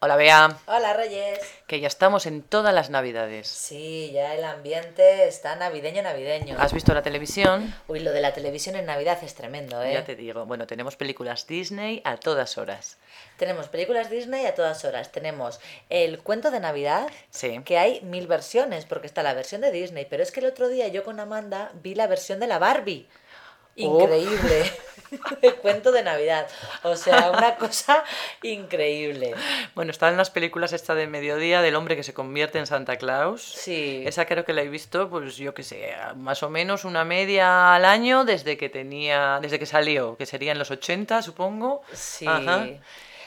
Hola Bea, Hola Reyes. que ya estamos en todas las navidades. Sí, ya el ambiente está navideño, navideño. ¿Has visto la televisión? Uy, lo de la televisión en Navidad es tremendo, ¿eh? Ya te digo, bueno, tenemos películas Disney a todas horas. Tenemos películas Disney a todas horas. Tenemos el cuento de Navidad, Sí. que hay mil versiones, porque está la versión de Disney. Pero es que el otro día yo con Amanda vi la versión de la Barbie. Oh. Increíble. el cuento de Navidad. O sea, una cosa increíble. Bueno, están las películas esta de mediodía del hombre que se convierte en Santa Claus. Sí. Esa creo que la he visto, pues yo que sé, más o menos una media al año desde que tenía, desde que salió, que sería en los 80, supongo. Sí. Ajá.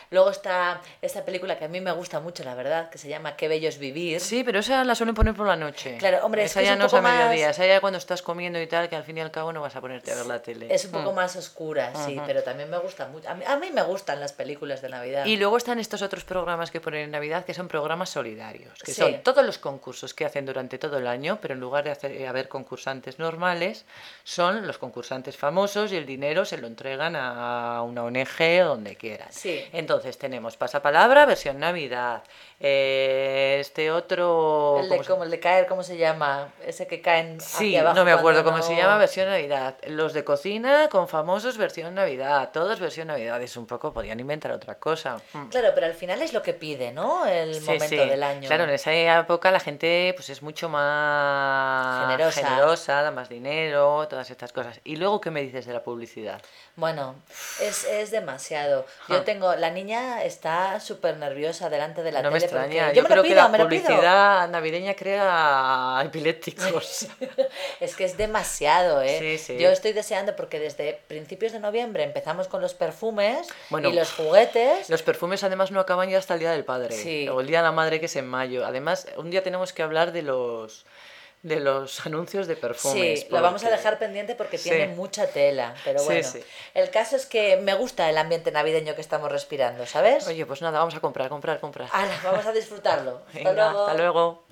Luego está esta película que a mí me gusta mucho, la verdad, que se llama Qué bello es vivir. Sí, pero esa la suelen poner por la noche. Claro, hombre, es esa que es ya un no es poco a mediodía, más- esa ya cuando estás comiendo y tal, que al fin y al cabo no vas a ponerte a ver la tele. Es un poco Mm. más oscura, sí, pero también me gusta mucho. A mí, a mí me gustan las películas de Navidad. Y luego están estos otros programas que ponen en Navidad, que son programas solidarios, que Sí. son todos los concursos que hacen durante todo el año, pero en lugar de hacer, eh, haber concursantes normales, son los concursantes famosos y el dinero se lo entregan a una ONG o donde quieran. Sí. Entonces tenemos Pasapalabra, versión Navidad, eh, este otro... el, ¿cómo de, se- como el de caer, ¿cómo se llama? Ese que caen Sí, aquí abajo. no me acuerdo cuando cómo se no- llama, versión Navidad. Los de cocina con famosos, versión Navidad. Todos versión Navidad. Es un poco, podían inventar otra cosa. Mm. Claro, pero al final es lo que pide, ¿no? El Sí, momento sí. del año. Claro, eh. en esa época la gente pues es mucho más Generosa. generosa, da más dinero, todas estas cosas. Y luego, ¿qué me dices de la publicidad? Bueno, es, es demasiado. Yo Ja. tengo. La niña está súper nerviosa delante de la no me tele. porque- extraña. Yo, Yo, me creo lo que pido, la me lo pido. publicidad navideña crea epilépticos. Es que es demasiado, ¿eh? Sí, sí. Yo estoy deseando porque desde principios de noviembre empezamos con los perfumes Bueno, y los juguetes. Los perfumes además no acaban ya hasta el Día del Padre Sí. o el Día de la Madre que es en mayo. Además, un día tenemos que hablar de los de los anuncios de perfumes. Sí, lo vamos a porque- dejar pendiente porque Sí. tiene mucha tela, pero Sí, bueno. sí. El caso es que me gusta el ambiente navideño que estamos respirando, ¿sabes? Oye, pues nada, vamos a comprar, comprar, comprar. Ala, vamos a disfrutarlo. Hasta Venga, luego. Hasta luego.